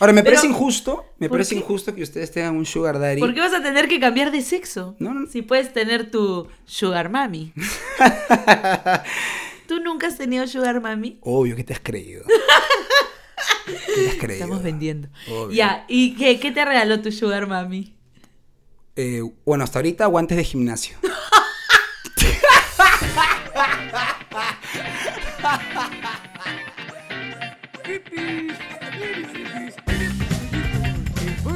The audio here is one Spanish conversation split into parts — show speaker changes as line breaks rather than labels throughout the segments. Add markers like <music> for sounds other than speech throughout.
Ahora, me
Pero,
parece injusto, me
¿por
parece
qué?
injusto que ustedes tengan un sugar daddy.
¿Por qué vas a tener que cambiar de sexo?
No, no.
Si puedes tener tu sugar
<laughs>
mami. ¿Tú nunca has tenido sugar mami?
Obvio que te has
<laughs>
creído. ¿Qué te has creído?
Estamos vendiendo.
Obvio.
Ya, ¿y qué, qué te regaló tu sugar mami?
Eh, bueno, hasta ahorita guantes de gimnasio.
<laughs>
Oh,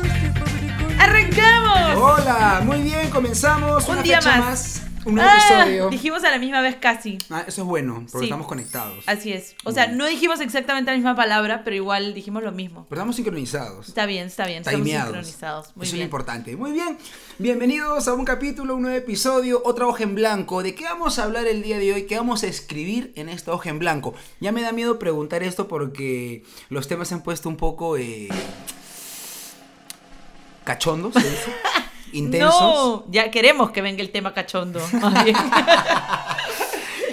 ¡Arrancamos!
Hola, muy bien, comenzamos.
Un
una
día
fecha
más.
Un nuevo
Ah,
episodio.
Dijimos a la misma vez casi.
Ah, eso es bueno, porque
Sí.
estamos conectados. Pero
Así es. O sea,
Mm.
no dijimos exactamente la misma palabra, pero igual dijimos lo mismo.
estamos sincronizados.
Está bien, está bien. Estamos
Timeados.
sincronizados. Muy
Eso es lo
bien.
importante. Muy bien. Bienvenidos a un capítulo, un nuevo episodio, otra hoja en blanco. ¿De qué vamos a hablar el día de hoy? ¿Qué vamos a escribir en esta hoja en blanco? Ya me da miedo preguntar esto porque los temas se han puesto un poco eh, cachondos, ¿se dice? intensos.
<laughs> No, ya queremos que venga el tema cachondo.
<laughs>
más bien.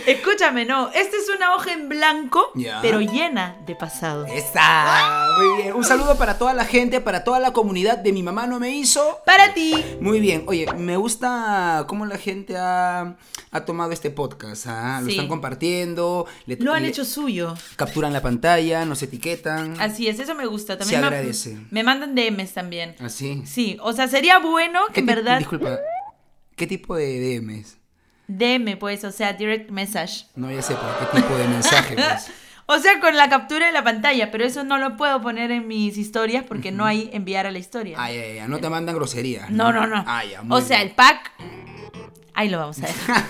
Escúchame, no. Esta es una hoja en blanco,
Ya. Eh,
pero llena de pasado.
Esa, muy bien. Un saludo para toda la gente, para toda la comunidad de Mi Mamá No Me Hizo.
Para ti.
Muy bien, oye, me gusta cómo la gente ha, ha tomado este podcast. ¿ah? Lo
Sí.
están compartiendo, le-
Lo han
le-
hecho suyo.
capturan la pantalla, nos etiquetan.
Así es, eso me gusta.
mm. Se
También me-
agradece. Ah.
Me, mandan DMs también.
Así.
Sí, o sea, sería bueno que
¿Qué
en
ti-
verdad
Disculpa, ¿qué tipo de DMs?
DM, pues, o sea, direct message.
No, ya sé, pero ¿qué tipo de mensaje?
<laughs>
pues?
O sea, con la captura de la pantalla, pero eso no lo puedo poner en mis historias porque no hay enviar a la historia.
Ay, ay, ay, no te mandan groserías.
No, no, no.
Ay, Ah, ya, muy
o sea,
bien.
el pack. Ahí lo vamos a dejar.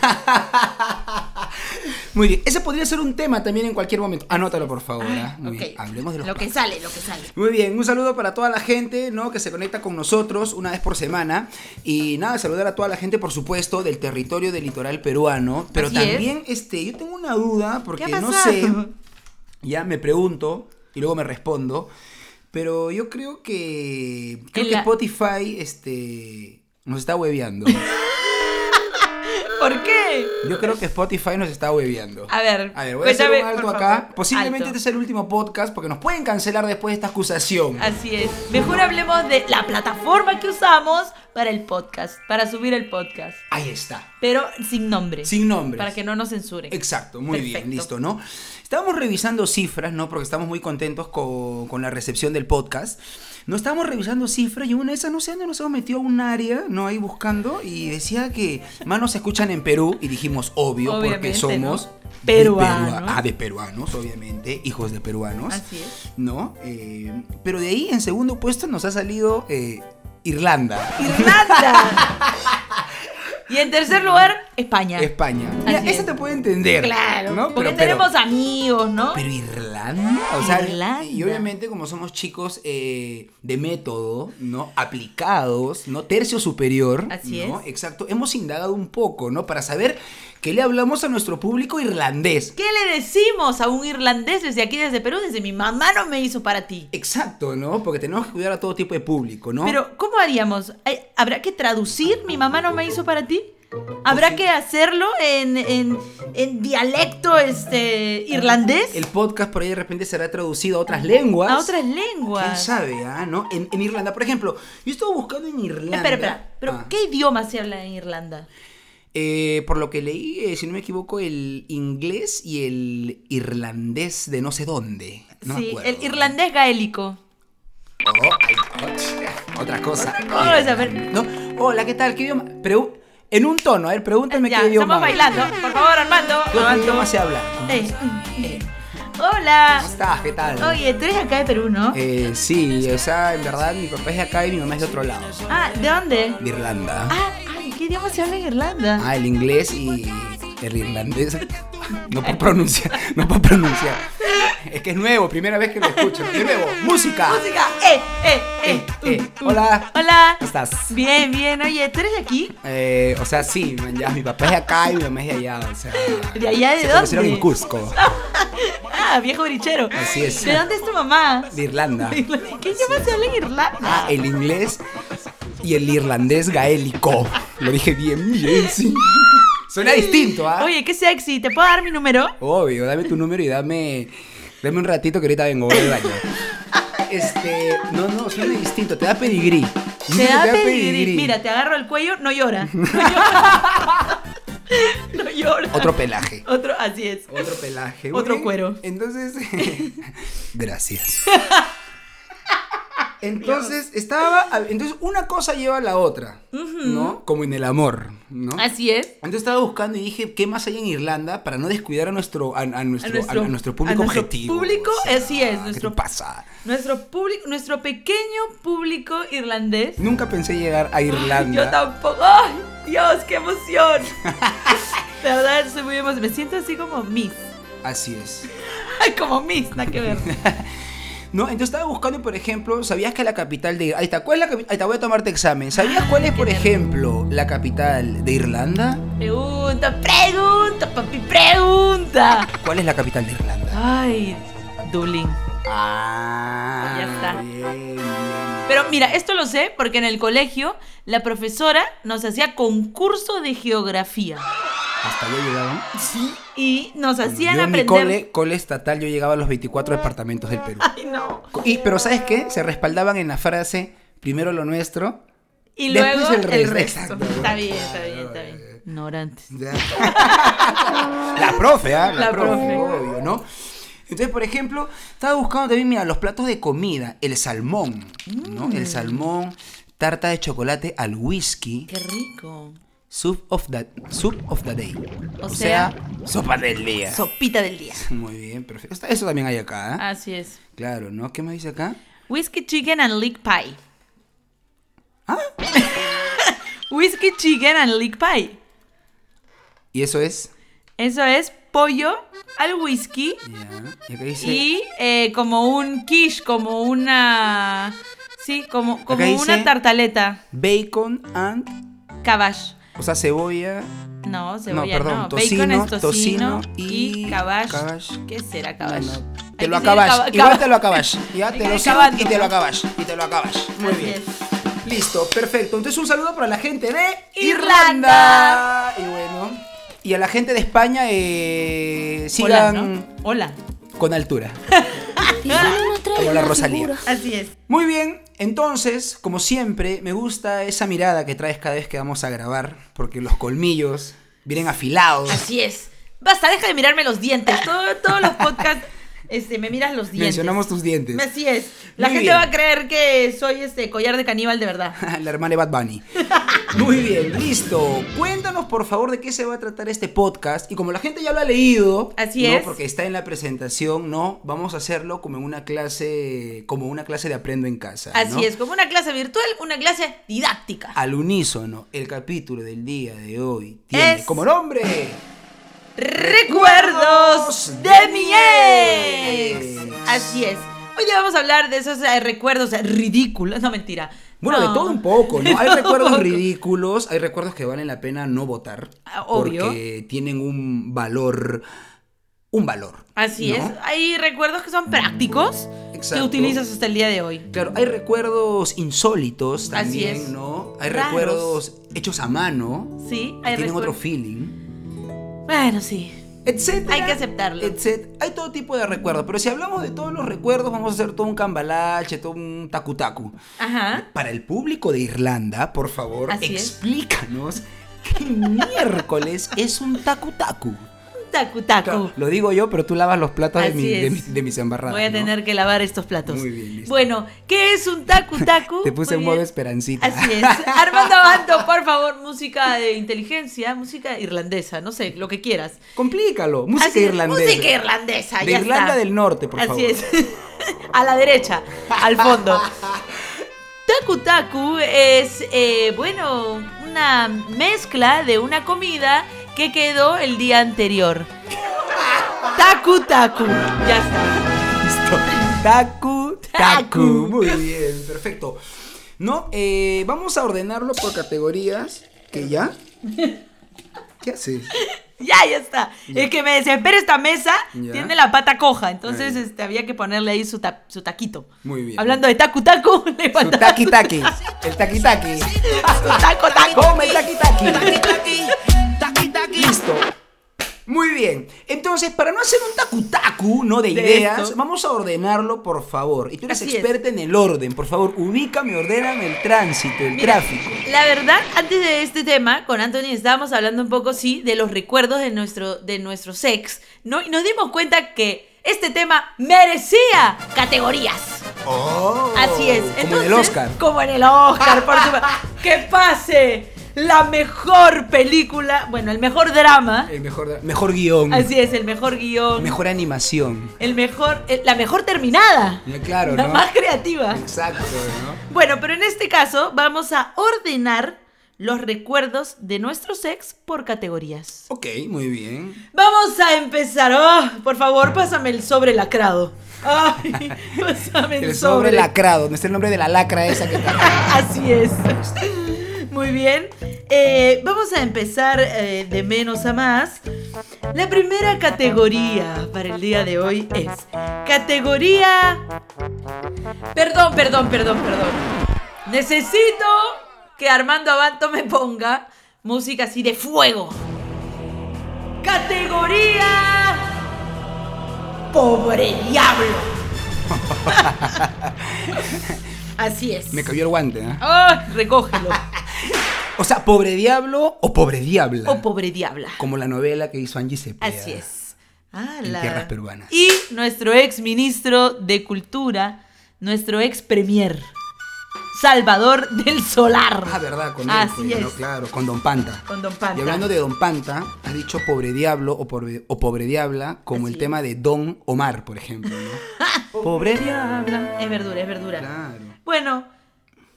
Muy bien, ese podría ser un tema también en cualquier momento. Anótalo, por favor. ¿ah? Muy
Ok.
bien, hablemos de los
Lo que sale, lo que sale.
Muy bien, un saludo para toda la gente ¿no? que se conecta con nosotros una vez por semana. Y nada, saludar a toda la gente, por supuesto, del territorio del litoral peruano. Pero
Así es.
también, este, yo tengo una duda, porque
¿Qué ha
no
pasado?
sé, ya me pregunto y luego me respondo. Pero yo creo que. Creo
En
que
la-
Spotify este, nos está hueveando.
¿Por qué?
Yo creo que Spotify nos está hueveando.
A ver,
A ver, voy a hacer
cuéntame,
un alto
por
acá.
favor.
Posiblemente
Alto.
este sea el último podcast porque nos pueden cancelar después de esta acusación.
Así es. Mejor hablemos de la plataforma que usamos para el podcast, para subir el podcast.
Ahí está.
Pero sin nombre.
Sin nombres.
Para que no nos censuren.
Exacto, muy bien,
Perfecto.
listo, ¿no? Estábamos revisando cifras, ¿no? Porque estamos muy contentos con, con la recepción del podcast. No estábamos revisando cifras y una de esas, no sé dónde nos hemos metido a un área, ¿no? Ahí buscando y decía que más nos escuchan en Perú y dijimos, obvio, porque
Obviamente,
somos
¿no?
de
Peruanos.
perua- ah, de peruanos, obviamente, hijos de peruanos,
Así es.
¿no? Eh, pero de ahí, en segundo puesto, nos ha salido eh, Irlanda.
¡Irlanda!
<laughs>
y en tercer lugar, España.
España. Mira,
Así
eso
es.
te puede entender.
Claro.
¿no?
Porque
Pero- pero-
tenemos amigos, ¿no?
Pero Irlanda, o sea,
Irlanda.
y obviamente como somos chicos eh, de método, ¿no? Aplicados, ¿no? Tercio superior,
Así
¿no?
es.
Exacto, hemos indagado un poco, ¿no? Para saber qué le hablamos a nuestro público irlandés.
¿Qué le decimos a un irlandés desde aquí, desde Perú? Desde mi mamá no me hizo para ti.
Exacto, ¿no? Porque tenemos que cuidar a todo tipo de público, ¿no?
Pero, ¿cómo haríamos? Ay, ¿Habrá que traducir? ¿Mi mamá no me hizo para ti?
Pues
¿Habrá que hacerlo en, en- en dialecto este, irlandés?
el podcast por ahí de repente será traducido a otras lenguas.
A otras
¿Quién
lenguas.
sabe, ah, no? En, en Irlanda, por ejemplo, yo estuve buscando en Irlanda.
Espera, espera. ¿Pero
Ah.
qué idioma se habla en Irlanda?
Eh, por lo que leí, eh, si no me equivoco, el inglés y el irlandés de no sé dónde. No me
sí,
acuerdo.
el irlandés gaélico.
Oh, ay, och, otra cosa.
Otra cosa, a ver.
No, Hola, ¿qué tal? ¿Qué idioma? Pregu- en un tono, a ver, pregúntame
Ya,
qué idioma.
estamos bailando. Por favor, Armando.
¿Qué otro
Armando.
idioma se habla?
Eh,
Eh,
Hola.
¿Cómo estás? ¿Qué tal?
Oye, tú eres acá de Perú, ¿no?
Eh, sí, o sea, en verdad mi papá es de acá y mi mamá es de otro lado,
Ah, ¿de dónde?
de Irlanda.
Ah, ay, ¿qué idioma se habla en Irlanda?
Ah, el inglés y el irlandés. No puedo pronunciar, no puedo pronunciar. Es que es nuevo, primera vez que lo escucho. De nuevo, música.
Música. Eh, eh, eh.
Eh, eh,
Uh, uh.
Hola.
Hola.
¿Cómo estás?
Bien, bien. Oye, ¿tú eres de aquí?
Eh, o sea, sí, man, ya, mi papá es de acá y mi mamá es de allá. O sea,
¿De allá de
se
dónde?
conocieron en Cusco,
Ah, viejo brichero.
Así es.
¿De dónde es tu mamá? <laughs>
de Irlanda.
¿Qué idioma se habla en Irlanda?
Ah, el inglés y el irlandés gaélico. Lo dije bien, bien, sí. Suena distinto, ¿ah?
Oye, qué sexy. ¿Te puedo dar mi número?
Obvio, dame tu número y dame. Dame un ratito que ahorita vengo, voy al baño. Este, no, no, suena distinto, te da pedigrí.
Te da pedigrí. Mira, te agarro el cuello,
<laughs>
no llora. No llora. <laughs> No llora.
Otro pelaje.
Otro, así es.
Otro pelaje.
Otro
Bueno,
cuero.
Entonces, <laughs>
<laughs>
gracias. Entonces, estaba, entonces una cosa lleva a la otra, ¿no? Como en el amor, ¿no?
Así es.
Entonces estaba buscando y dije, ¿qué más hay en Irlanda para no descuidar a nuestro, a, a nuestro, a- a nuestro, público
a nuestro
objetivo?
público, así es,
¿qué
nuestro-
te pasa?
Nuestro público, nuestro pequeño público irlandés.
Nunca pensé llegar a Irlanda.
<laughs> Yo tampoco. ¡Ay, Dios, qué <laughs> emoción! De verdad, soy muy emocionada. Me siento así como Miss.
Así es.
como Miss, nada <laughs> que ver.
No, entonces estaba buscando, por ejemplo, ¿sabías que la capital de Ahí está, ¿cuál es la capital? Ahí está, voy a tomarte examen. ¿Sabías cuál es, por ejemplo, la capital de Irlanda?
Pregunta, pregunta, papi, pregunta.
¿Cuál es la capital de Irlanda?
Ay, Dublín.
Ah.
Ya está.
bien, bien.
Pero mira, esto lo sé porque en el colegio la profesora nos hacía concurso de geografía.
Hasta yo llegaba.
Sí. Y nos
yo
hacían
en mi
aprender.
cole, cole estatal, yo llegaba a los 24 departamentos del Perú.
Ay, no.
Y, pero ¿sabes qué? Se respaldaban en la frase, primero lo nuestro.
Y
Después
luego
el
el,
resto.
resto.
Exacto.
Está bien, está bien, está bien. Ignorantes.
Ya. <laughs> la profe, ¿ah? La,
La
profe,
profe.
obvio, ¿no? Entonces, por ejemplo, estaba buscando también, mira, los platos de comida, el salmón, ¿no?
Mm.
El salmón, tarta de chocolate al whisky,
Qué rico.
soup of the, soup of the day.
O
sopa del día.
Sopita
<laughs>
del día.
Muy bien, perfecto. Está- Eso también hay acá, ¿eh?
Así es.
Claro, ¿no? ¿Qué más dice acá?
Whiskey chicken and leek pie.
¿Ah?
<laughs> Whiskey chicken and leek pie.
Y eso es...
Eso es pollo al whisky
Ya. Y acá dice...
y eh, como un quiche, como una... Sí, como, como
Acá dice-
una tartaleta.
Bacon and...
Cabash.
O sea, cebolla...
No, cebolla no.
perdón,
Bacon
tocino,
es
tocino
tocino, y,
y
cabash.
cabbage.
¿Qué será cabash?
Bueno,
Hay
te
que
lo
decir
acabas.
caba-
Igual
caba-
te lo acabas. Ya te
Hay
lo
que
sigo
acabando,
y te lo
¿no?
acabas. Y te lo acabas. Muy
Así
bien.
es.
Listo, perfecto. Entonces un saludo para la gente de Irlanda.
Irlanda.
Y bueno. Y a la gente de España, eh,
Hola,
sigan
¿no? Hola.
con altura. Como
Como
la Rosalía.
Así es.
Muy bien, entonces, como siempre, me gusta esa mirada que traes cada vez que vamos a grabar, porque los colmillos vienen afilados.
Así es. Basta, deja de mirarme los dientes. Todo- todos los podcasts este, me miras los dientes.
Mencionamos tus dientes.
Así es. La
Muy
gente
bien.
va a creer que soy este collar de caníbal
<laughs>
de verdad.
la hermana de Bad Bunny. Muy bien, listo. Cuéntanos por favor de qué se va a tratar este podcast. Y como la gente ya lo ha leído,
Así
¿no?
es.
porque está en la presentación, ¿no? Vamos a hacerlo como en una clase, como una clase de aprendo en casa.
Así
¿no? Ah,
es, como una clase virtual, una clase didáctica.
Al unísono, el capítulo del día de hoy tiene
Es-
como nombre
Recuerdos de mi ex.
Ex.
Así es. Hoy día vamos a hablar de esos eh, recuerdos ridículos. No, mentira.
Bueno,
No.
de todo un poco, ¿no? Hay
<laughs> De todo
recuerdos
un poco.
ridículos, hay recuerdos que valen la pena no votar.
Ah, obvio.
Porque tienen un valor. Un valor.
Así
¿no?
es. Hay recuerdos que son prácticos
Exacto.
que utilizas hasta el día de hoy.
Claro, hay recuerdos insólitos
Así
también,
es.
¿no? Hay
Raros.
recuerdos hechos a mano,
Sí,
que
hay
tienen otro
recuerdos.
feeling,
Bueno, sí.
etcétera.
Hay que aceptarlo.
etcétera. Hay todo tipo de recuerdos, pero si hablamos de todos los recuerdos, vamos a hacer todo un cambalache, todo un tacutacu.
Ajá.
Para el público de Irlanda, por favor,
¿Ah? Así es.
explícanos qué
<laughs>
miércoles es un tacutacu.
Tacu, tacu.
Claro, lo digo yo, pero tú lavas los platos de,
Así
mi- de
es.
mi- de mis embarradas.
Voy a
¿no?
tener que lavar estos platos.
Muy bien, listo.
Bueno, ¿qué es un tacu tacu?
<laughs> Te puse
Muy
en modo
bien.
esperancita.
Así es. Armando Bando, por favor, música de inteligencia, música irlandesa, no sé, lo que quieras.
<laughs> Complícalo. Música
Así es,
irlandesa.
Música irlandesa,
De
ya
Irlanda
está.
del Norte, por
Así
favor.
es. <laughs> A la derecha, al
<laughs>
fondo. Taku taku es, eh, bueno, una mezcla de una comida que quedó el
<laughs>
día anterior. Taku taku. Ya está.
Listo. Taku, taku.
Taku.
Muy bien, perfecto. No, eh, vamos a ordenarlo por categorías. ¿Que ya? ¿Qué haces?
<laughs> Ya, ya está. El que me desespera esta mesa
Ya.
tiene la pata coja, entonces
Ahí.
este, había que ponerle ahí su, ta- su taquito.
Muy bien.
Hablando de taku taku, <laughs> le
Su
faltaba
taqui taqui. El taqui taqui.
su taco taco.
Come el taqui taqui. Listo. Muy bien. Entonces, para no hacer un tacu-tacu, ¿no? De,
De
ideas,
esto.
vamos a ordenarlo, por favor. Y tú eres
Así es.
experta en el orden, por favor, ubícame, ordéname el tránsito, el
Mira,
tráfico.
La verdad, antes de este tema, con Anthony estábamos hablando un poco, sí, de los recuerdos de nuestro, de nuestro sex, ¿no? Y nos dimos cuenta que este tema merecía categorías.
Oh,
Así es.
Como
Entonces,
en el Oscar.
Como en el Oscar, por
<laughs>
supuesto. ¡Que pase! La mejor película, bueno, el mejor drama.
El mejor, mejor guión.
Así es, el mejor guión.
Mejor animación.
El mejor, el- la mejor terminada.
Ya, Claro,
La
¿no?
más creativa.
Exacto, ¿no?
Bueno, pero en este caso vamos a ordenar los recuerdos de nuestro sex por categorías.
Ok, muy bien.
Vamos a empezar. Oh, por favor, pásame el sobre lacrado. Ay, <laughs> pásame el,
El sobre lacrado, donde está el nombre de la lacra esa que está.
<laughs> Así es. Muy bien. Eh, vamos a empezar eh, de menos a más. La primera categoría para el día de hoy es categoría... Perdón, perdón, perdón, perdón. Necesito que Armando Abanto me ponga música así de fuego. Categoría... Pobre diablo. así
<laughs>
es.
Me cayó el guante, ¿eh?
¡Ah!
<laughs>
recógelo.
O sea, pobre diablo o pobre diabla.
oh, pobre diabla.
como la novela que hizo Angie Cepeda.
Así es. Ah,
En tierras peruanas.
Y nuestro ex ministro de Cultura, nuestro ex premier, Salvador del Solar.
Ah, verdad, con él,
Así
pues,
es.
¿no? claro, con Don Panta.
Con Don Panta.
Y hablando de Don Panta, has dicho pobre diablo o pobre, o pobre diabla, como
Así
el
es.
tema de Don Omar, por ejemplo,
<laughs>
¿no? pobre diabla.
Es verdura, es verdura.
Claro.
Bueno,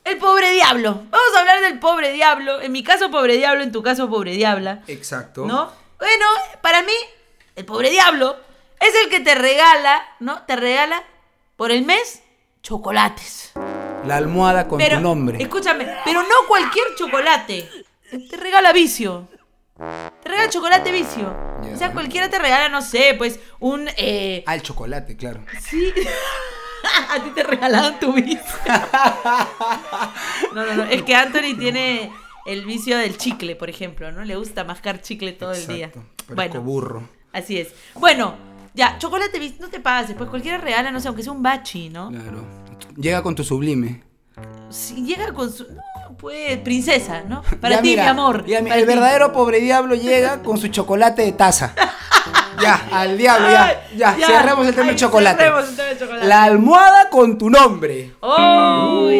el pobre diablo. Vamos a hablar del pobre diablo. En mi caso, pobre diablo. En tu caso, pobre diabla.
Exacto.
¿No? Bueno, para mí, el pobre diablo es el que te regala, ¿no? Te regala por el mes chocolates.
La almohada con
pero,
tu nombre.
Escúchame, pero no cualquier chocolate. Te regala vicio. Te regala chocolate vicio.
Ya.
O sea, cualquiera te regala, no sé, pues un... eh,
Al Ah, chocolate, claro.
sí. A ti te regalaron tu vicio. No, no, no. Es que Anthony tiene el vicio del chicle, por ejemplo, ¿no? Le gusta mascar chicle <laughs> todo el día.
Exacto. Parezco
Bueno,
burro.
así es. Bueno, ya, chocolate vicio, no te pases. Pues cualquiera regala, no sé, aunque sea un bachi, ¿no?
Claro. Llega con tu sublime.
Si llega con su. No, pues, princesa,
<laughs>
¿no? Para
Ya,
ti,
mira,
mi amor.
ya, mira,
para
el
ti.
verdadero pobre diablo llega con su chocolate de
<laughs>
taza. Ya, al diablo, ya.
Ay,
Ya, cerramos el tema
Ay,
del chocolate.
cerremos el tema del chocolate.
La almohada con tu nombre.
¡Uy!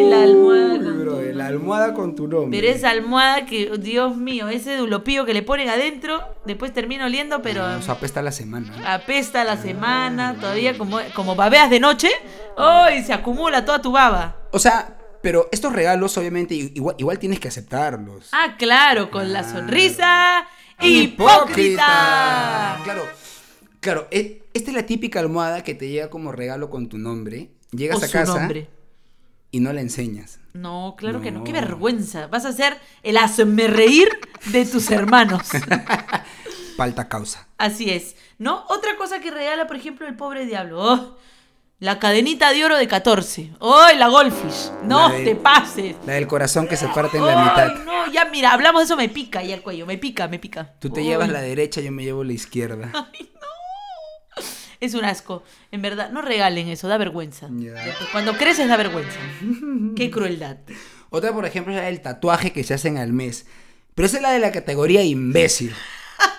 La almohada.
Uy, bro, la almohada con tu nombre.
Pero esa almohada que, oh, Dios mío, ese dulopío que le ponen adentro, después termina oliendo, pero
Nos apesta la semana.
apesta la semana, todavía como, como babeas de noche. ¡Uy! se acumula toda tu baba.
O sea, pero estos regalos, obviamente, i- igual, igual tienes que aceptarlos.
Ah, claro, con la
Ah,
sonrisa hipócrita.
Claro, claro. e- Esta es la típica almohada que te llega como regalo con tu nombre. Llegas
O
a
su
casa
nombre.
y no la enseñas.
No, claro que no. Qué
No.
vergüenza. Vas a ser el hazme reír de
<laughs>
tus hermanos.
Falta causa.
Así es. ¿No? Otra cosa que regala, por ejemplo, el pobre diablo. Oh, la cadenita de oro de 14. ¡Oh, la goldfish! No
La de-
te pases.
La del corazón que se parte en la
¡Ay,
mitad.
no! Ya, mira, hablamos de eso, me pica ya el cuello. Me pica, me pica.
Tú te
Uy,
llevas la derecha, yo me llevo la izquierda.
Es un asco. En verdad, no regalen eso, da vergüenza.
Ya.
Después, Cuando creces, da
<laughs>
vergüenza. ¡Qué crueldad!
Otra, por ejemplo, es la del tatuaje que se hacen al mes. Pero esa es la de la categoría imbécil.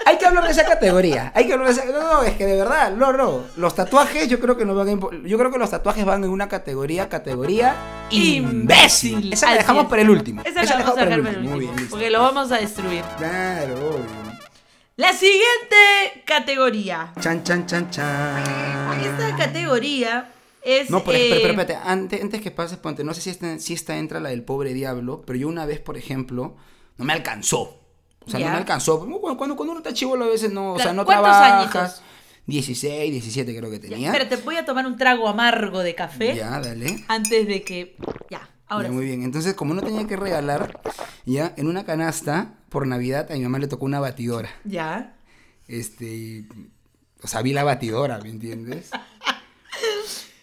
Hay que hablar de esa categoría. Hay que hablar de esa. No, no, es que de verdad, no, no. Los tatuajes, yo creo que no van. a impo- Yo creo que los tatuajes van en una categoría, categoría imbécil.
Imbécil.
Esa la
Así
dejamos
es.
para el último. la
Esa la
dejamos
vamos a dejar para el
Muy bien,
último.
listo.
Porque lo vamos a destruir.
Claro, obvio.
La siguiente categoría.
Chan, chan, chan, chan.
Esta categoría es.
Ah. No, por
eh,
ejemplo, pero espérate, antes, antes que pases, ponte, no sé si esta, si esta entra la del pobre diablo, pero yo una vez, por ejemplo, no me alcanzó. O sea,
Ya.
no me alcanzó. Bueno, Cuando, cuando, uno está chivolo a veces no, o sea,
Claro,
no
¿cuántos
trabajas.
añitos?
16, 17 creo que tenía.
Espérate, voy a tomar un trago amargo de café
Ya, dale.
antes de que. Ya, ahora.
Ya,
sí.
muy bien. Entonces, como no tenía que regalar, ya, en una canasta, por Navidad, a mi mamá le tocó una batidora.
Ya. <laughs>
Este, y- o sea, vi la batidora, ¿me entiendes?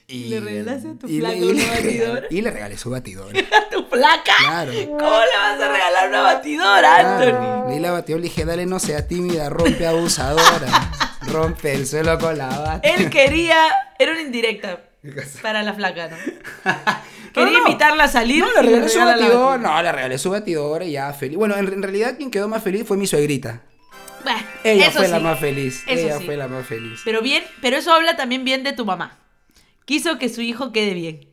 Y
<laughs> ¿Le regalaste a tu
y le-
flaco
y le
una
regalé-
batidora?
Y le regalé su batidor.
¿Tu placa?
Claro.
¿Cómo le vas a regalar una batidora, Anthony?
Claro, leí la batidora y le dije, dale, no sea tímida, rompe
<laughs>
abusadora. rompe el suelo con la bata.
Él quería. Era una indirecta
<laughs> ¿Qué cosa?
para la flaca, ¿no?
No,
Quería
no.
invitarla a salir.
No, le
y
regalé su
regala la
batidora. No, le regalé su batidora y ya feliz. Bueno, en, en realidad quien quedó más feliz fue mi suegrita.
batidora. Bueno,
Ella
eso
fue la
sí.
más feliz.
Eso
Ella
sí.
fue la más feliz.
Pero bien, pero eso habla también bien de tu mamá. Quiso que su hijo quede bien.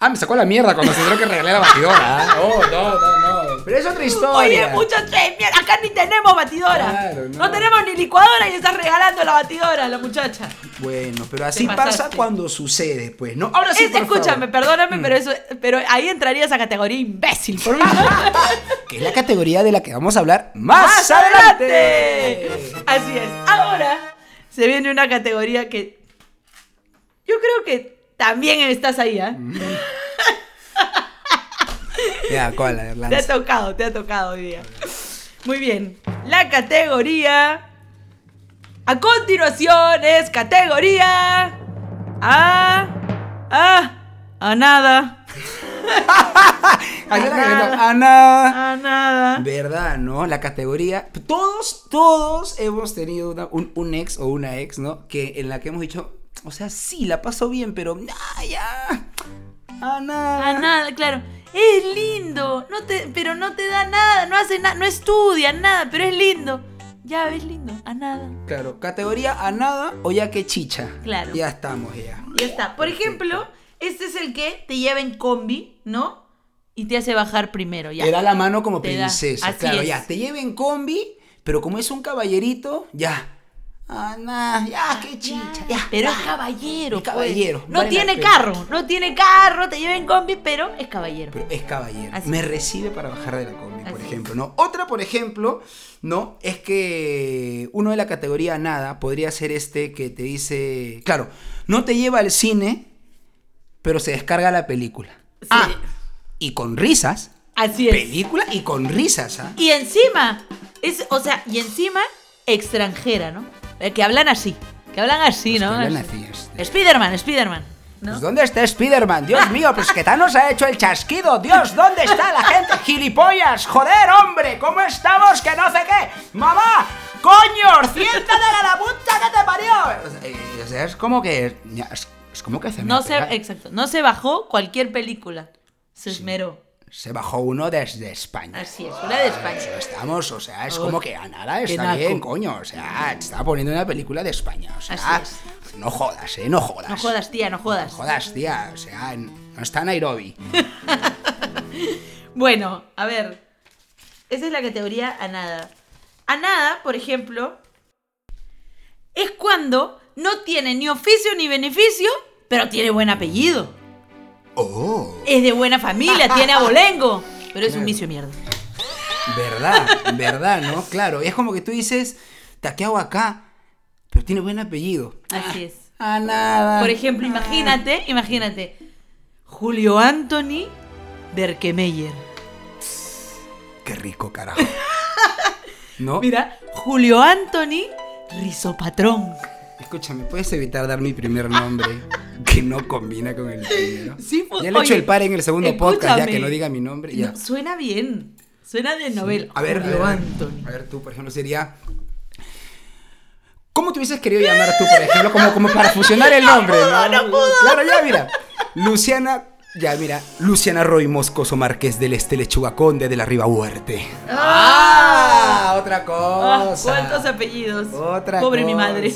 Ah, me sacó la mierda cuando se enteró que regalé la batidora.
<laughs>
¿ah? Oh, no, no, no. Pero es otra historia.
Oye, muchos tres, mierda, acá ni tenemos batidora.
Claro, no.
no. tenemos ni licuadora y estás regalando la batidora a la muchacha.
Bueno, pero así
Te
pasa
pasaste.
cuando sucede, pues, ¿no? Ahora sí,
Es-
por favor.
escúchame,
Mm.
perdóname, pero eso, pero ahí entraría esa categoría imbécil por <laughs> mí.
Que es la categoría de la que vamos a hablar más,
¡Más adelante! Así es. Ahora se viene una categoría que yo creo que también estás ahí, ¿ah?
Mm. Ya, ¿cuál? A ver,
Te ha
lanza.
tocado, te ha tocado hoy día. Muy bien. La categoría. A continuación es categoría. A. A. A nada.
Ahí está la
Nada.
careta. Ana.
A nada.
¿Verdad, no? La categoría. Todos, todos hemos tenido una- un, un ex o una ex, ¿no? Que en la que hemos dicho, o sea, sí, la pasó bien, pero. ¡Ah, ya! Ana.
A nada, claro. Es lindo, no te, pero no te da nada, no hace nada, no estudia nada, pero es lindo. Ya, es lindo, a nada.
Claro, categoría a nada o ya que chicha.
Claro.
Ya estamos, ya.
Ya está. Por ejemplo, este es el que te lleva en combi, ¿no? Y te hace bajar primero, ya.
Te da la mano como
Te da,
princesa.
así
claro,
es.
ya. Te lleva en combi, pero como es un caballerito, ya. Ah, nah, ya, qué chicha. Ya,
Pero
ya.
es caballero.
Es
pues.
caballero,
No
vale la
tiene
pena.
carro, no tiene carro, te lleva en combi, pero es caballero.
Pero es caballero.
Así
Me
es.
recibe para bajar de la combi, por
Así es.
ejemplo, ¿no? Otra, por ejemplo, ¿no? Es que uno de la categoría nada podría ser este que te dice. Claro, no te lleva al cine, pero se descarga la película.
Sí.
Ah, y con risas.
Así es.
Película y con risas, ¿ah?
Y encima, es, o sea, y encima, extranjera, ¿no? Eh, Que hablan así. Que hablan así,
Pues
¿no?
que hablan
Así.
así, este.
Spiderman, Spiderman. ¿no?
Pues, ¿Dónde está Spider-Man? Dios mío, pues que Thanos ha hecho el chasquido. Dios, ¿dónde está la gente? ¡Gilipollas! ¡Joder, hombre! ¿Cómo estamos? ¡Que no sé qué! ¡Mamá! ¡Coño! ¡Siéntate a la puta que te parió! O sea, eh, O sea, es como que. ya, Es, es como que se me
No eh, se,
pega.
exacto, no se bajó cualquier película. Se esmeró.
Se bajó uno desde España.
Así es, una de España.
Eso estamos, o sea, es
Oh,
como que a nada
qué
está
naco.
bien, coño. O sea, te está poniendo una película de España. O sea,
Así
no jodas, eh, no jodas.
No jodas, tía, no jodas.
Jodas, tía. O sea, no está Nairobi.
Bueno, a ver. Esa es la categoría a nada. A nada, por ejemplo, es cuando no tiene ni oficio ni beneficio, pero tiene buen apellido.
Oh.
Es de
<laughs>
buena familia, tiene abolengo, pero es un vicio de mierda.
¿Verdad? ¿Verdad, no? Claro, es como que tú dices, "Ta, ¿qué hago acá? Pero tiene buen apellido.
Así es.
A nada.
Por ejemplo, imagínate, imagínate. Julio Anthony Berkemeyer.
Qué rico, carajo. ¿No?
Mira, Julio Anthony Rizopatrón.
Escúchame, ¿puedes evitar dar mi primer nombre que no combina con el primero?
Sí, pues,
Ya le he hecho
oye,
el par en el segundo podcast, ya
escúchame.
que no diga mi nombre. Ya.
No, suena bien. Suena de novela.
A ver, a ver,
Julio
a ver.
Anthony.
A ver, tú, por ejemplo, sería. ¿Cómo te hubieses querido llamar tú, por ejemplo, como, como para fusionar el nombre?
pudo, <laughs> no pudo.
Claro, ya, mira. Luciana. Ya, mira. Luciana Roy Moscoso Márquez del Este Lechuga Conde de la Riva Huerte.
¡Ah!
Otra
Ah,
cosa.
¿Cuántos apellidos?
Otra
Pobre
cosa.
mi madre.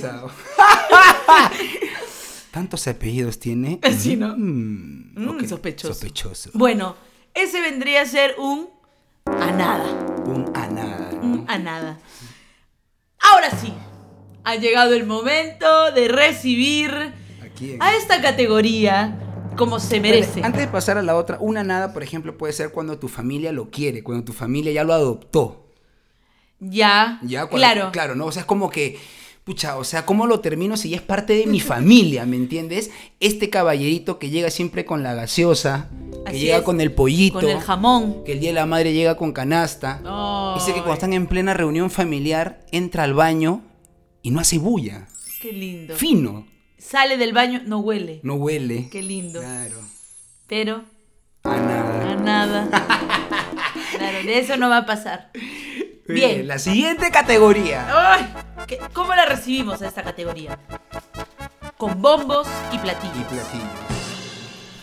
<laughs>
Tantos apellidos tiene.
Sí, ¿no?
Mm,
Mm,
ok,
sospechoso.
Sospechoso.
Bueno, ese vendría a ser un a nada.
Un a nada.
Un a nada. Ahora sí, ha llegado el momento de recibir
Aquí en-
a esta categoría como se merece.
Antes de pasar a la otra, una nada, por ejemplo, puede ser cuando tu familia lo quiere, cuando tu familia ya lo adoptó.
Ya,
Ya, cuando-
claro.
Claro, ¿no? O sea, es como que, pucha, o sea, ¿cómo lo termino si ya es parte de
<laughs>
mi familia, ¿me entiendes? Este caballerito que llega siempre con la gaseosa, que
Así
llega
es,
con el pollito,
Con el jamón.
que el día de la madre llega con canasta. Dice que cuando
Ay,
están en plena reunión familiar, entra al baño y no hace bulla.
Qué lindo.
Fino.
sale del baño, no huele.
No huele.
Qué lindo.
Claro.
Pero
A nada. <laughs>
a nada. Claro, de eso no va a pasar. Bien.
La siguiente categoría.
¡Ay! ¿Qué- ¿Cómo la recibimos a esta categoría? Con bombos y
Y
platillos.
platillos.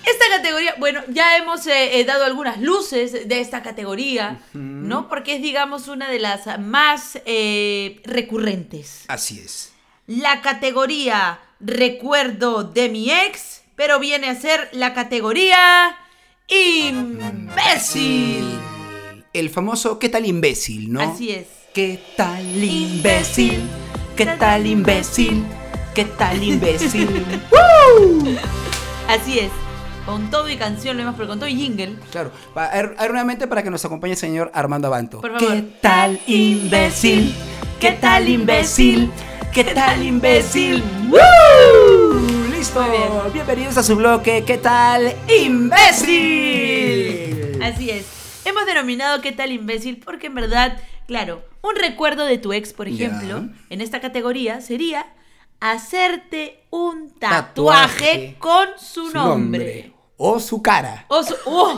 Esta categoría, bueno, ya hemos eh, eh, dado algunas luces de esta categoría, ¿no? Porque es, digamos, una de las más eh, recurrentes.
Así es.
La categoría recuerdo de mi ex, pero viene a ser la categoría imbécil.
El famoso ¿qué tal imbécil, no?
Así es.
¿Qué tal imbécil? ¿Qué tal imbécil? ¿Qué tal
<laughs>
imbécil?
Así es. Con todo y canción, lo hemos pero con todo y jingle.
claro. Pa- ar- Nuevamente para que nos acompañe el señor Armando Abanto.
Por favor.
¿Qué tal imbécil? ¿Qué tal imbécil? ¿Qué tal imbécil? ¡Woo! Listo.
Muy bien.
Bienvenidos a su bloque. ¿Qué tal imbécil?
Así es. Hemos denominado qué tal imbécil porque en verdad, claro, un recuerdo de tu ex, por
Ya.
ejemplo, en esta categoría sería hacerte un
Tatuaje.
tatuaje, con su,
Su
nombre.
O su cara.
O su- ¡Oh!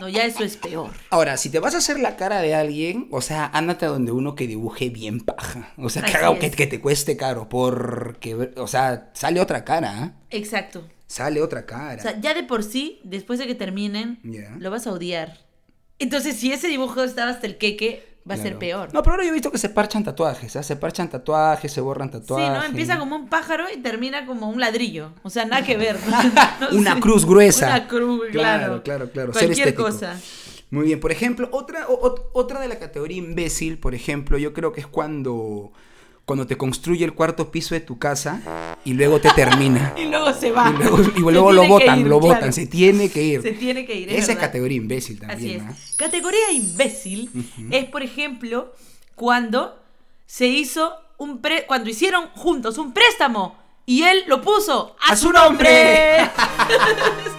No, ya eso es peor.
Ahora, si te vas a hacer la cara de alguien, o sea, ándate a donde uno que dibuje bien paja. O sea, que,
Así
haga, que,
es.
que te cueste caro, porque, o sea, sale otra cara, ¿ah?
Exacto.
Sale otra cara.
O sea, ya de por sí, después de que terminen,
Ya.
lo vas a odiar. Entonces, si ese dibujo estaba hasta el queque, va a ser
Claro.
peor.
No, pero ahora yo he visto que se parchan tatuajes, ¿ah? Se parchan tatuajes, se borran tatuajes.
Sí, ¿no? Empieza como un pájaro y termina como un ladrillo. O sea, nada que
<laughs>
ver. No
Una
sé.
cruz gruesa.
Una cruz,
Claro,
claro.
claro, claro. Ser
Cualquier
estético.
cosa.
Muy bien, por ejemplo, otra, o- o- otra de la categoría imbécil, por ejemplo, yo creo que es cuando, cuando te construye el cuarto piso de tu casa y luego te termina.
Y luego se <laughs> va.
Y luego, y
Se
luego lo
tiene que
botan,
ir,
lo botan,
claro.
se tiene que ir.
Se tiene que ir.
Esa es
verdad.
categoría imbécil también.
Así
¿ah?
es. Categoría imbécil es, por ejemplo, cuando se hizo un pre cuando hicieron juntos un préstamo y él lo puso a,
¡A
su
su nombre!
nombre. <laughs>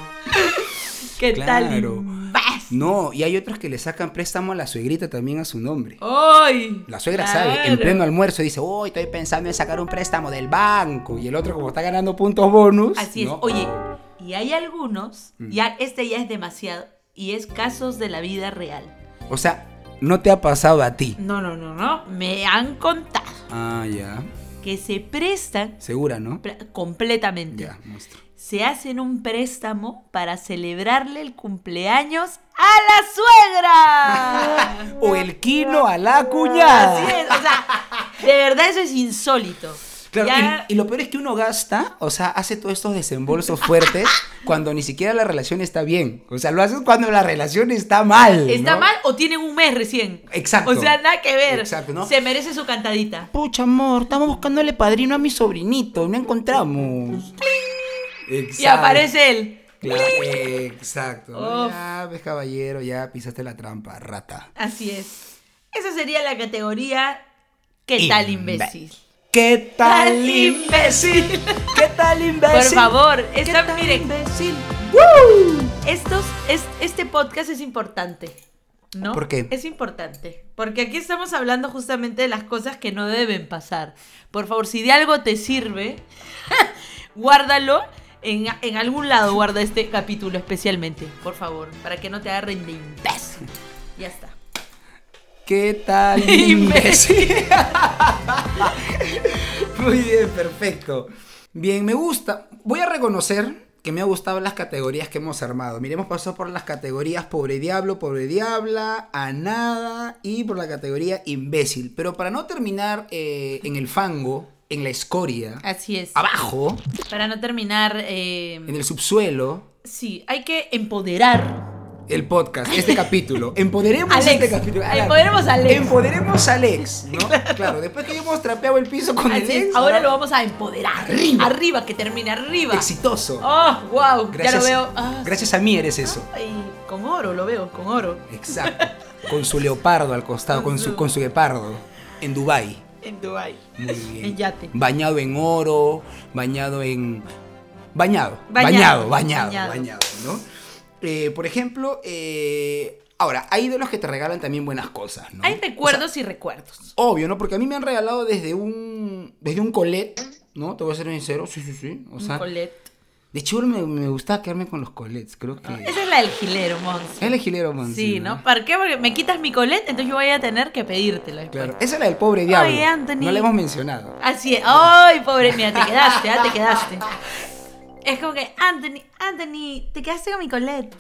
¿Qué tal?
Claro.
imbécil?
No, y hay otros que le sacan préstamo a la suegrita también a su nombre.
¡Ay!
La suegra sabe,
Oh, Claro.
en pleno almuerzo dice, uy, estoy pensando en sacar un préstamo del banco. Y el otro, como está ganando puntos bonus.
Así
Pues,
es.
¿no? Mm.
Oye, y hay algunos, ya este ya es demasiado y es casos de la vida real.
O sea, no te ha pasado a ti.
No, no, no, no. Me han contado
Ah, ya.
que se prestan
Segura, ¿no?
pre- completamente.
Ya, monstruo.
Se hacen un préstamo para celebrarle el cumpleaños a la
<laughs>
suegra.
O el quino a la
Así
cuñada.
es, o sea, de verdad eso es insólito.
Claro,
Ya-
y, y lo peor es que uno gasta, o sea, hace todos estos desembolsos fuertes cuando ni siquiera la relación está bien. O sea, lo haces cuando la relación está mal. ¿no?
¿Está mal o tienen un mes recién?
Exacto.
O sea, nada que ver.
Exacto, ¿no?
Se merece su cantadita.
Pucha, amor, estamos buscándole padrino a mi sobrinito y no encontramos. Exacto.
Y aparece él.
Claro, exacto. ¿no?
Uf.
Ya, ves, caballero, ya pisaste la trampa, rata.
Así es. Esa sería la categoría ¿Qué tal
Inbe-
imbécil?
¿Qué tal
<laughs>
imbécil? ¿Qué tal <laughs>
Por
imbécil?
favor,
¿Qué
esta-
tal
miren,
imbécil?
estos, es- este podcast es importante. ¿No?
¿Por qué?
Es importante. Porque aquí estamos hablando justamente de las cosas que no deben pasar. Por favor, si de algo te sirve, <laughs> guárdalo. En, en algún lado guarda este capítulo especialmente, por favor, para que no te agarren de imbécil. Ya está.
¿Qué tal imbécil? <laughs> Muy bien, perfecto. Bien, me gusta. Voy a reconocer que me ha gustado las categorías que hemos armado. Miremos, pasó por las categorías pobre diablo, pobre diabla, a nada y por la categoría imbécil. Pero para no terminar eh, en el fango, en la escoria,
Así es.
abajo,
Para no terminar, eh,
en el subsuelo,
sí, hay que empoderar.
el podcast, este capítulo. Empoderemos
Alex.
este capítulo. Alan.
Empoderemos a Alex.
Empoderemos a
<laughs>
Alex, ¿no? claro. después que hemos trapeado el piso con
Así
el
es,
ex.
Ah, ahora lo vamos a empoderar.
Arriba.
Arriba, que termine arriba.
Exitoso.
Oh, wow,
gracias,
ya lo veo. Ah,
gracias a mí eres eso.
ay, con oro, lo veo, con oro.
Exacto. Con su leopardo al costado, con su, con su guepardo. En Dubai.
En Dubai. <laughs>
Muy bien.
En yate.
Bañado en oro, bañado en. Bañado.
Bañado,
Bañado, bañado,
bañado.
bañado, ¿no? Eh, por ejemplo, eh, ahora, hay de los que te regalan también buenas cosas, ¿no?
Hay
O sea,
recuerdos y recuerdos.
Obvio, ¿no? Porque a mí me han regalado desde un. desde un colet ¿no? Te voy a ser sincero, sí, sí, sí. O sea,
Colette.
de chulo me, me gustaba quedarme con los colets, creo que...
Ah, Esa es la del gilero, Mons.
Es el ejilero man.
Sí, ¿no? ¿Para qué? Porque me quitas mi Colette, entonces yo voy a tener que pedírtela después.
Claro, esa es la del pobre diablo.
Anthony.
No la hemos mencionado.
Así es. ¡Ay, pobre! Mira, te quedaste, ah, te quedaste. Es como que, Anthony, Anthony, te quedaste con mi Colette.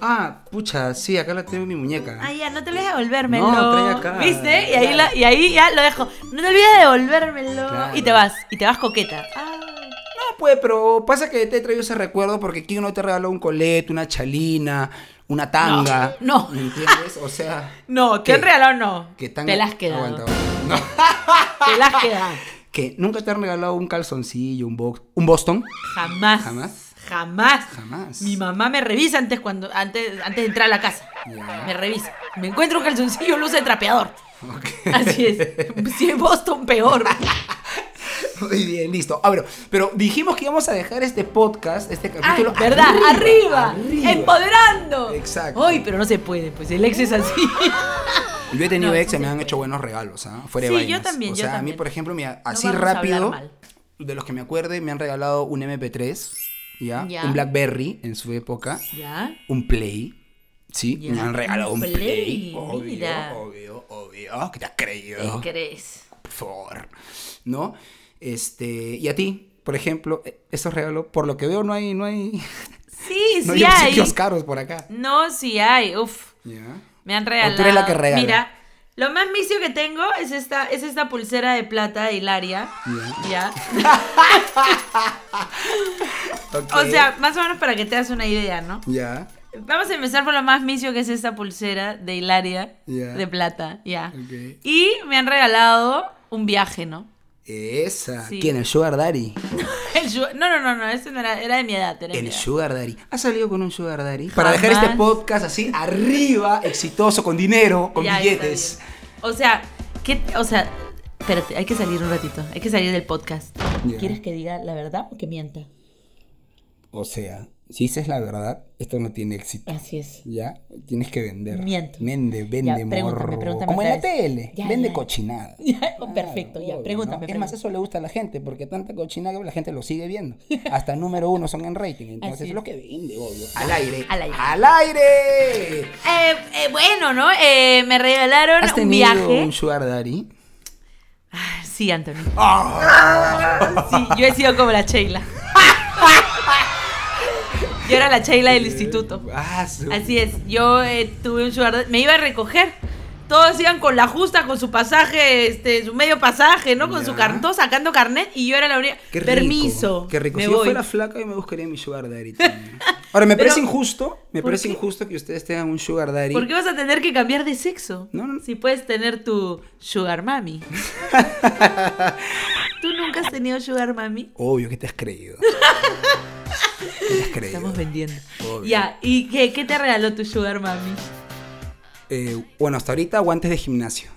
Ah, pucha, sí, acá la tengo en mi muñeca.
Ah, ya, no te olvides de devolvérmelo.
No, trae acá.
¿Viste? Y ahí, la- y ahí ya lo dejo. No te olvides de devolvérmelo.
Claro.
Y te vas, y te vas coqueta. Ah.
No, pues, pero pasa que te he traído ese recuerdo porque ¿quién no te regaló un colete, una chalina, una tanga?
No, no.
¿Me entiendes? O sea,
No,
¿Qué?
te han regalado no.
que tan...
Te las quedado.
Aguanta, aguanta. No.
Te las quedado.
Que nunca te han regalado un calzoncillo, un box, un Boston.
Jamás.
Jamás.
Jamás.
Jamás.
Mi mamá me revisa antes cuando antes, antes de entrar a la casa.
Ya.
Me revisa. Me encuentro un calzoncillo luz de trapeador.
Ok. <laughs>
Así es. Si es Boston, peor.
Muy bien, listo. A ver, pero dijimos que íbamos a dejar este podcast, este
Ay,
capítulo.
Ah, ¿Verdad? Arriba,
arriba.
Empoderando.
Exacto.
Ay, pero no se puede, pues el ex es así.
Yo he tenido
No,
ex
sí
que me
se
han
puede.
hecho buenos regalos, ¿ah? Fuera
Sí,
de
yo
vainas.
también,
O
yo
sea, a
también.
mí, por ejemplo, mira,
No
así
vamos a hablar
rápido,
mal.
de los que me acuerde, me han regalado un MP3, ¿ya?
Ya.
Un Blackberry en su época,
¿Ya?
un Play. Sí,
Ya.
me han regalado un
Un
Play.
Play,
obvio,
mira.
obvio, obvio. ¿Qué te has creído?
¿Qué crees?
Por favor, ¿no? Este, y a ti, por ejemplo, eh, esos regalos, por lo que veo, no hay, no hay,
Sí,
no hay
sí hay.
obsequios caros por acá.
No, sí hay. Uf.
¿Ya?
Me han
eres
regalado.
la que regala.
Mira, lo más misio que tengo es esta, es esta pulsera de plata de Hilaria. Ya.
Ok.
O sea, más o menos para que te das una idea, ¿no?
Ya.
Vamos a empezar por lo más misio que es esta pulsera de Hilaria
Ya.
de plata, ya.
Ok.
Y me han regalado un viaje, ¿no? <laughs>
Esa.
Sí.
¿Quién? El Sugar Daddy.
El yu- no, no, no, no, este no era, era de mi edad, era de mi
El
edad.
Sugar Daddy. ¿Has salido con un Sugar Daddy? Para dejar
Jamás.
este podcast así arriba, exitoso, con dinero, con
Ya,
billetes.
está bien. O sea, ¿qué, o sea, espérate, hay que salir un ratito, hay que salir del podcast.
Ya.
¿Quieres que diga la verdad o que mienta?
O sea, si dices la verdad, esto no tiene éxito.
Así es.
Ya, tienes que vender.
Miento.
Vende, vende,
pregúntame,
morro.
pregúntame
Como en la
otra vez.
tele.
Ya,
vende
ya.
cochinadas.
<laughs> Ya, oh,
Claro,
perfecto, ya,
obvio,
pregúntame,
¿no? Es más,
pregúntame.
eso le gusta a la gente, porque tanta cochinada la gente lo sigue
<laughs>
viendo. Hasta número uno son en rating. Entonces,
Así es.
es lo que vende, obvio. Al aire.
Al aire.
Al aire.
Eh, eh, bueno, ¿no? Eh, me regalaron
¿Has
un
tenido
viaje.
un sugar daddy?
Sí, Anthony.
<laughs>
Sí, yo he sido como la Sheila. yo era la Sheila del instituto.
Ah, su-
Así es, yo eh, tuve un sugar daddy- me iba a recoger. Todos iban con la justa, con su pasaje, este, su medio pasaje, ¿no? Con su
Ya.
cartón, todos sacando carnet y yo era la única.
Qué rico,
Permiso.
Qué rico.
Me
si yo
voy.
fuera flaca, yo me buscaría mi sugar daddy. también. Ahora, me
<laughs> Pero-
parece injusto. Me
¿por
parece
qué?
injusto que ustedes tengan un sugar daddy.
¿Por qué vas a tener que cambiar de sexo?
No, no.
Si puedes tener tu
<laughs>
sugar mami. ¿Tú nunca has tenido sugar mami?
Obvio que te has
<laughs>
creído. ¿Qué te has creído?
Estamos vendiendo.
Obvio.
Ya, ¿y qué, qué te regaló tu sugar mami?
Eh, bueno, hasta ahorita guantes de
<laughs>
gimnasio.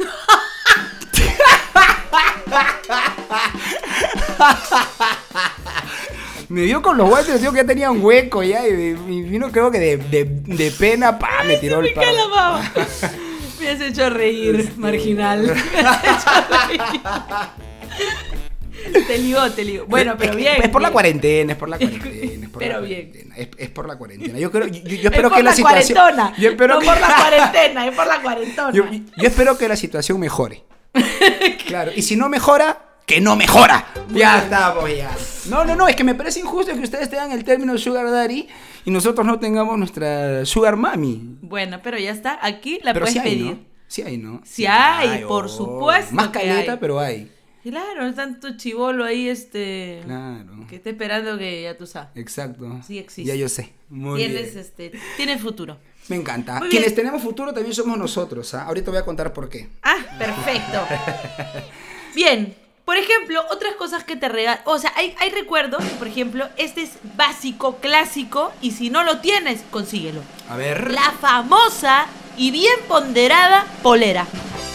Me vio con los guantes, digo que ya tenía un hueco ya y, y vino creo que de, de- de pena, pa, me tiró
<laughs>
el Este,
Me cae
palo.
la baba.
<laughs>
Me has hecho reír, marginal. Me has hecho reír. Te ligó, te ligó. Bueno,
Es
pero
que-
bien.
Es por la
bien.
cuarentena, es por la cuarentena. Es por
<laughs> Pero
la
bien.
cuarentena, Es, es por la cuarentena. Yo, creo, yo, yo
Es
espero
por
que la,
la
situación.
cuarentona.
Yo espero
no
que, <laughs>
por la cuarentena, es por la cuarentona.
yo, yo espero que la situación
<laughs>
mejore. claro. Y si no mejora, que no mejora. Ya estamos, ya. No, no, no. Es que me parece injusto que ustedes tengan el término Sugar Daddy y nosotros no tengamos nuestra Sugar Mami.
Bueno, pero ya está. Aquí la
Pero
puedes
sí hay,
pedir.
¿no? Sí hay, ¿no? oh.
Sí hay, por supuesto
Más
que
caleta,
hay.
pero hay.
Claro, no están tu chivolo ahí, este.
Claro.
Que está esperando que ya tú sabes.
Exacto.
Sí existe.
Ya yo sé. Muy
Tienes,
bien.
este, tienes futuro.
Me encanta.
Muy bien.
Quienes tenemos futuro también somos nosotros. ¿ah? Ahorita voy a contar por qué.
Ah,
<laughs>
perfecto. Bien. Por ejemplo, otras cosas que te regalan. O sea, hay, hay recuerdos. que, Por ejemplo, este es básico, clásico. Y si no lo tienes, consíguelo.
A ver.
La famosa y bien ponderada polera.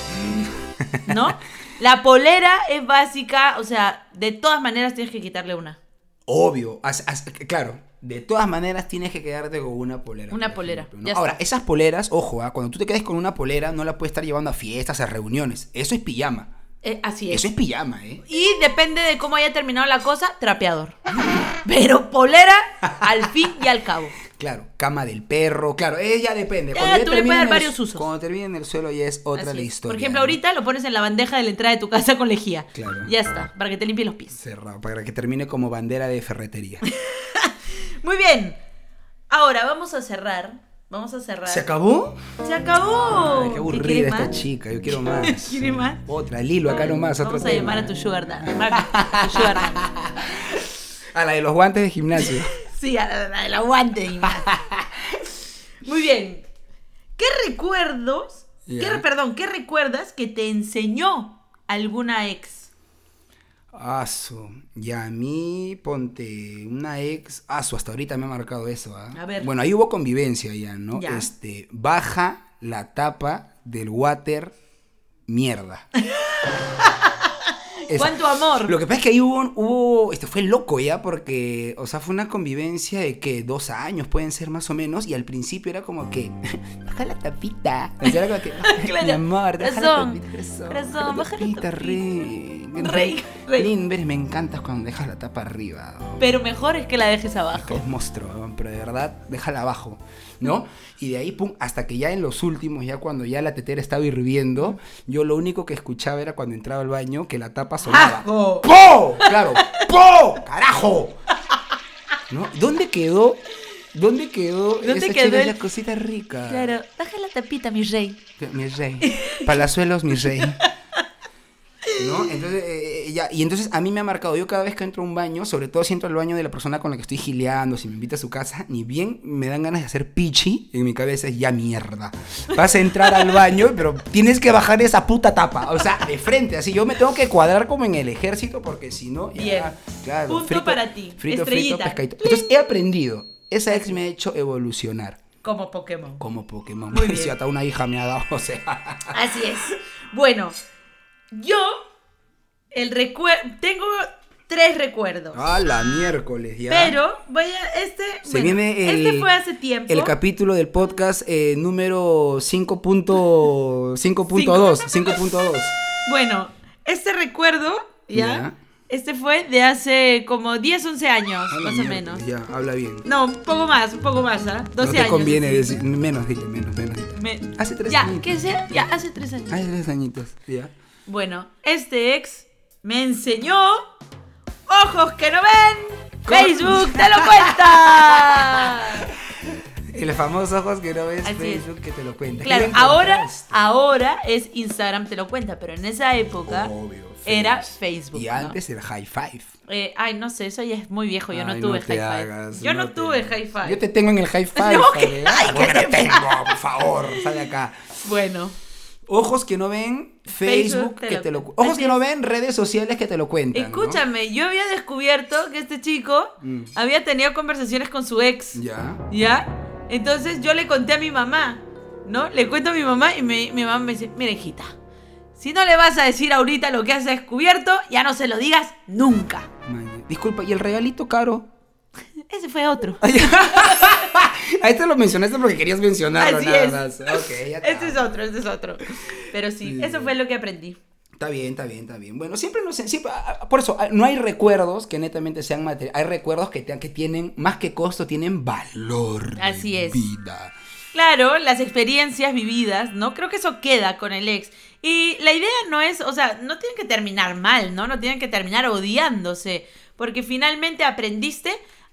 <laughs>
¿No? La polera es básica. O sea, de todas maneras tienes que quitarle una.
Obvio. as- as- claro. De todas maneras tienes que quedarte con una polera.
Una
por
polera,
ejemplo, ¿no?
ya
Ahora,
está.
esas poleras, ojo, ah, cuando tú te quedes con una polera no la puedes estar llevando a fiestas, a reuniones. Eso es pijama.
Eh, así es.
Eso es pijama, ¿eh?
Y depende de cómo haya terminado la cosa, trapeador. Pero polera al fin y al cabo.
Claro, cama del perro, claro, eh, ya depende.
Ya,
ya
tú le
termina
puedes dar
en el-
varios usos.
Cuando termina en el suelo ya es otra
Así
la
es.
historia.
Por ejemplo,
¿no?
ahorita lo pones en la bandeja de la entrada de tu casa con lejía.
Claro.
Ya está, para que te limpie los pies.
Cerrado, para que termine como bandera de
<laughs>
ferretería.
Muy bien. Ahora vamos a cerrar. Vamos a cerrar.
¿Se acabó?
Se
Ay,
acabó.
qué
quieres
aburrida esta
Oh, más? <laughs>
chica, yo quiero más.
¿Quiere más?
Otra, el hilo acá nomás. otro
Vamos a
tema.
llamar a tu sugar daddy. Marca, tu sugar daddy.
A la de los guantes de
<laughs>
gimnasio.
Sí, a la- la- el aguante. y más. <laughs> Muy bien. ¿Qué recuerdos?
Ya.
¿Qué, re- perdón, ¿qué recuerdas que te enseñó alguna ex?
Asu. Y a mí, ponte, una ex. Asu, hasta ahorita me ha marcado eso, ¿ah?
A ver.
Bueno, ahí hubo convivencia ya, ¿no?
Ya.
Este, baja la tapa del water,
<laughs>
mierda. Eso.
¿Cuánto amor?
Lo que pasa es que ahí hubo, hubo, este fue loco ya, porque, o sea, fue una convivencia de que dos años pueden ser más o menos, y al principio era como que, <laughs> baja la tapita. O sea, era como que,
<laughs> Claro.
mi amor, baja
Corazón,
la tapita, corazón,
corazón, baja la tapita.
rey.
Rey, rey.
Lindbergh, me encantas cuando dejas la tapa arriba.
Pero mejor es que la dejes abajo.
Es monstruo, weón, pero de verdad, déjala abajo,
Mm.
¿no? Y de ahí, pum, hasta que ya en los últimos, ya cuando ya la tetera estaba hirviendo, yo lo único que escuchaba era cuando entraba al baño que la tapa sonaba.
¡Ajo!
¡Po! Claro, ¡po! ¡Carajo! ¿No? ¿Dónde quedó? ¿Dónde quedó?
¿Dónde
esa
quedó
chica es
el-
la cosita rica.
Claro, baja la tapita, mi rey.
Mi rey. Palazuelos, mi rey. ¿No? Entonces, eh, eh, ya, y entonces a mí me ha marcado, yo cada vez que entro a un baño, sobre todo si entro al baño de la persona con la que estoy gileando, si me invita a su casa, ni bien me dan ganas de hacer pichi, en mi cabeza es ya mierda. Vas a entrar al baño, pero tienes que bajar esa puta tapa, o sea, de frente, así yo me tengo que cuadrar como en el ejército, porque si no, ya,
Bien.
claro,
Punto para ti.
Frito, frito,
Estrellita.
pescadito. Entonces he aprendido, esa ex me ha hecho evolucionar
Como Pokémon.
como Pokémon.
Muy bien.
<laughs> Si hasta una hija me ha dado, o sea...
Así es. Bueno, yo el recuer- tengo tres recuerdos.
Ah, la miércoles ya.
Pero voy a. Este,
Se
bueno,
viene el,
este fue hace tiempo.
El capítulo del podcast eh, número 5.2. 5.2.
<laughs> Bueno, este recuerdo, ¿ya?
Ya.
Este fue de hace como 10, 11 años,
Ah, la
más o
miércoles,
menos.
Ya, habla bien.
No, un poco más, un poco más, ¿ah? 12
No te
años.
conviene
así.
decir. Menos, dile, menos, menos. dile.
Me-
Hace tres
Ya,
añitos.
que sea, ya, hace 3 años.
Hace tres añitos, ya.
Bueno, este ex me enseñó ojos que no ven. Facebook te
<laughs>
lo cuenta.
El famoso ojos que no ves
Así es.
Facebook que te lo cuenta.
Claro,
¿Qué le
ahora,
encontraste?
ahora es Instagram te lo cuenta, pero en esa época
Obvio,
era
Face.
Facebook.
Y
¿no?
antes el high five.
Eh, ay, no sé, eso ya es muy viejo. Pues Yo no
Ay,
tuve
te
hi-fi.
hagas,
yo no,
te
tuve
hagas.
hi-fi.
Yo te tengo en el high five.
<laughs> No, que-
joder. Ah, ¿por qué te
<laughs>
tengo, por favor, sal de acá.
Bueno,
<laughs> Ojos que no ven,
Facebook
Facebook,
te
que
lo
te lo
cu-
cu- Ojos
Así
que no ven, redes sociales que te lo cuentan. ¿no?
escúchame, yo había descubierto que este chico
Mm.
había tenido conversaciones con su ex.
Ya.
¿Ya? Entonces yo le conté a mi mamá, ¿no? Le cuento a mi mamá y me- mi mamá me dice, mira hijita, si no le vas a decir ahorita lo que has descubierto, ya no se lo digas nunca.
Maña. Disculpa, ¿y el regalito caro? <laughs>
Ese fue otro.
A este lo mencionaste porque querías mencionarlo,
Así
nada más.
es.
Ok, ya está.
<laughs> Este es otro, este es otro. Pero sí,
Sí.
eso fue lo que aprendí.
Está bien, está bien, está bien. Bueno, siempre no sé, siempre, ah, ah, por eso, ah, no hay recuerdos que netamente sean materiales, hay recuerdos que, te- que tienen, más que costo, tienen valor. de
Así es.
Vida.
Claro, las experiencias vividas, ¿no? Creo que eso queda con el ex. Y la idea no es, o sea, no tienen que terminar mal, ¿no? No tienen que terminar odiándose, porque finalmente aprendiste,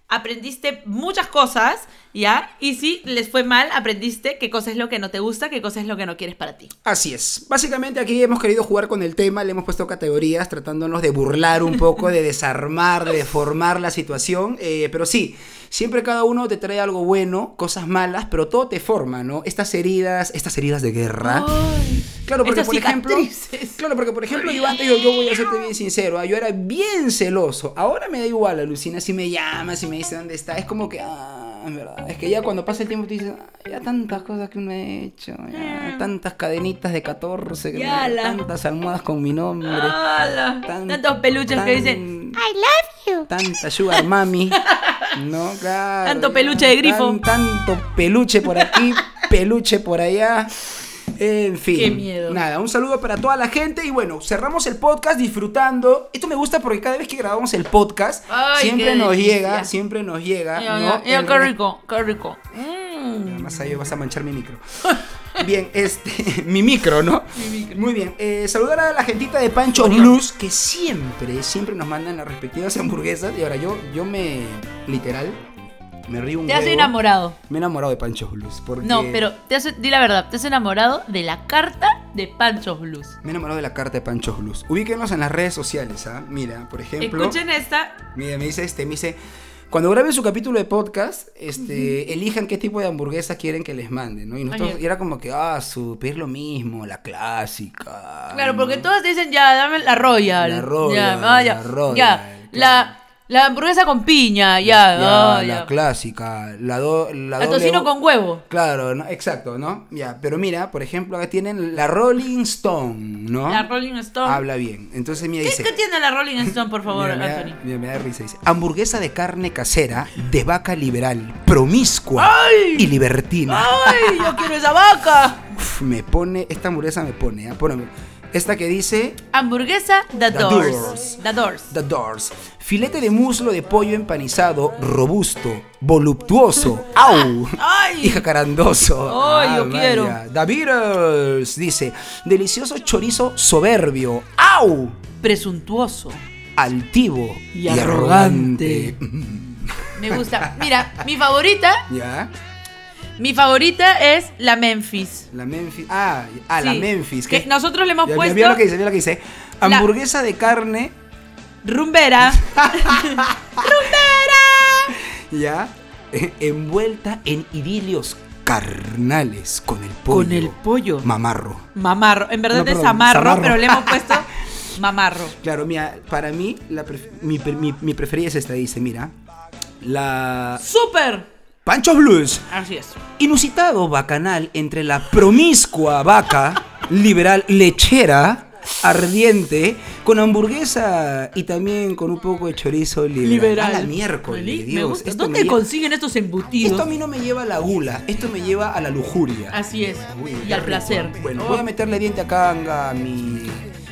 aprendiste muchas cosas, ¿ya? Y si les fue mal, aprendiste qué cosa es lo que no te gusta, qué cosa es lo que no quieres para ti.
Así es. Básicamente aquí hemos querido jugar con el tema, le hemos puesto categorías tratándonos de burlar un poco, de desarmar, de deformar la situación. Eh, pero sí, siempre cada uno te trae algo bueno, cosas malas, pero todo te forma, ¿no? Estas heridas, estas heridas de guerra.
Ay,
Claro, porque
estas
por ejemplo,
cicatrices.
claro, porque por ejemplo, yo antes yo, yo voy a serte bien sincero, ah, yo era bien celoso. Ahora me da igual, alucina si me llama, si me dice dónde está, es como que ah, en verdad, es que ya cuando pasa el tiempo tú dices, "Ah, ya tantas cosas que uno ha hecho, ya,
Mm.
tantas cadenitas de 14, que
Ya
me-
la-
tantas almohadas con mi nombre,
¡Hala!
tan-
Tantos peluches que dicen,
I love you. Tanta sugar mami. No, claro.
Tanto
ya,
peluche de grifo.
tan- tanto peluche por aquí, peluche por allá. En fin.
Qué miedo.
Nada, un saludo para toda la gente. Y bueno, cerramos el podcast disfrutando. Esto me gusta porque cada vez que grabamos el podcast,
Ay,
siempre
qué
nos
delicia.
llega, siempre nos llega.
Mira,
¿no?
mira, mira,
El
qué
re-
rico, qué rico. Mm.
Más allá vas a manchar mi
<laughs>
micro. Bien, este, mi micro, ¿no? Muy bien. eh, saludar a la gentita de Pancho Blues, que siempre, siempre nos mandan las respectivas <laughs> hamburguesas. Y ahora yo, yo me, literal, me río un
Te has
huevo.
enamorado.
Me he enamorado de Pancho Blues. Porque
No, pero te has, di la verdad, te has enamorado de la carta de Pancho Blues.
Me he enamorado de la carta de Pancho Blues. Ubíquenos en las redes sociales, ¿ah? Mira, por ejemplo.
Escuchen esta.
Mira, me dice este, me dice. Cuando graben su capítulo de podcast, este, elijan qué tipo de hamburguesa quieren que les manden, ¿no? Y nosotros,
Oye.
y era como que, ah, su, pedir lo mismo, la clásica.
Claro, porque
¿no?
todas dicen ya, dame la Royal.
La Royal,
Ya, ah, ya,
la Royal,
ya,
claro.
la, la hamburguesa con piña, ya.
Ya,
ah,
la
ya.
clásica, la do, la
El
doble
tocino
bo-
con huevo.
Claro, ¿no? exacto, ¿no? Ya, pero mira, por ejemplo, acá tienen la Rolling Stone, ¿no?
La Rolling Stone.
Habla bien. Entonces mira,
¿Qué,
dice.
qué tiene la Rolling Stone, por favor,
Mira, me da-
Anthony?
mira, me da risa, dice, Hamburguesa de carne casera, de vaca liberal, promiscua y libertina.
¡Ay, yo quiero esa vaca!
Uf, me pone, esta hamburguesa me pone, ¿ah? Poneme. Esta que dice
Hamburguesa The,
The
Doors.
Doors.
The Doors.
The Doors. Filete de muslo de pollo empanizado, robusto,
<laughs>
voluptuoso, au,
¡Ay!
y jacarandoso.
Ay, yo
vaya.
quiero.
The Beatles, dice, delicioso chorizo soberbio, au,
Presuntuoso.
altivo
Y arrogante. Me gusta. Mira, mi favorita,
<laughs> ¿Ya?
mi favorita es la Memphis.
La Memphis. Ah, ah la
Sí,
Memphis.
Que nosotros le hemos
Ya, mira,
puesto
mira lo que dice, mira lo que dice.
La-
Hamburguesa de carne,
rumbera.
ya, eh, envuelta en idilios carnales con el pollo.
Con el pollo.
Mamarro.
Mamarro. En verdad
No,
es
perdón,
amarro,
zamarro.
pero
<laughs>
le hemos puesto mamarro.
Claro, mira, para mí, la pref- mi, pre- mi- mi preferida es esta, dice, mira. La...
¡Súper!
Pancho Blues.
Así es.
Inusitado bacanal entre la promiscua vaca liberal lechera ardiente con hamburguesa y también con un poco de chorizo liberal.
Liberal.
A la miércoles,
Really? Me
Dios.
gusta.
esto me
¿Dónde
lle-
consiguen estos embutidos?
Esto a mí no me lleva a la gula, esto me lleva a la lujuria.
Así es.
Uy,
y
qué
al
rico.
placer.
Bueno,
Oh.
voy a meterle diente acá a mi...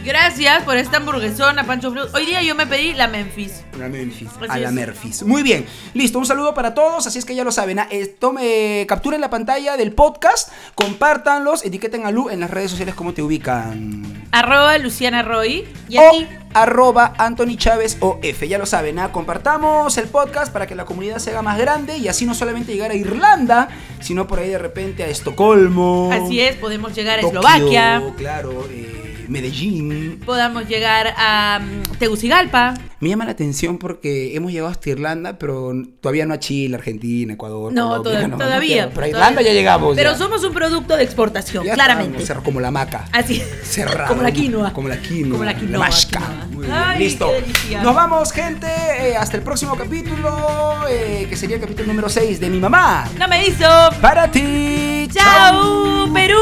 Gracias por esta hamburguesona, Pancho Blues. Hoy día yo me pedí la Memphis.
A Memphis.
Así
A la
es.
Memphis. Muy bien. Listo, un saludo para todos. Así es que ya lo saben. ah, eh, tome, capturen la pantalla del podcast, compártanlos, etiqueten a Lu en las redes sociales como te ubican.
Arroba Luciana Roy. Y a
o
ti.
arroba Anthony Chávez OF. Ya lo saben, ¿ah? compartamos el podcast para que la comunidad se haga más grande y así no solamente llegar a Irlanda, sino por ahí de repente a Estocolmo.
Así es, podemos llegar a
Oh, Tokio,
Eslovaquia.
Claro, eh, Medellín.
Podamos llegar a mm, Tegucigalpa.
Me llama la atención porque hemos llegado hasta Irlanda, pero todavía no a Chile, Argentina, Ecuador.
No,
Colombia,
toda-
no, no,
todavía.
pero a
todavía.
Irlanda ya llegamos.
Pero
ya.
somos un producto de exportación,
Ya
claramente.
estamos, como la maca.
Así
Cerrado.
Como la quinoa.
Como la quinoa.
Como la quinoa,
masca.
quinoa.
Muy bien,
Ay,
listo.
qué delicia.
Nos vamos, gente. Eh, hasta el próximo capítulo, eh, que sería el capítulo número 6 de mi mamá.
No me hizo.
Para ti.
Chau, Perú.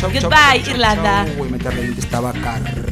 Goodbye, Irlanda.
Voy a meterle esta vaca.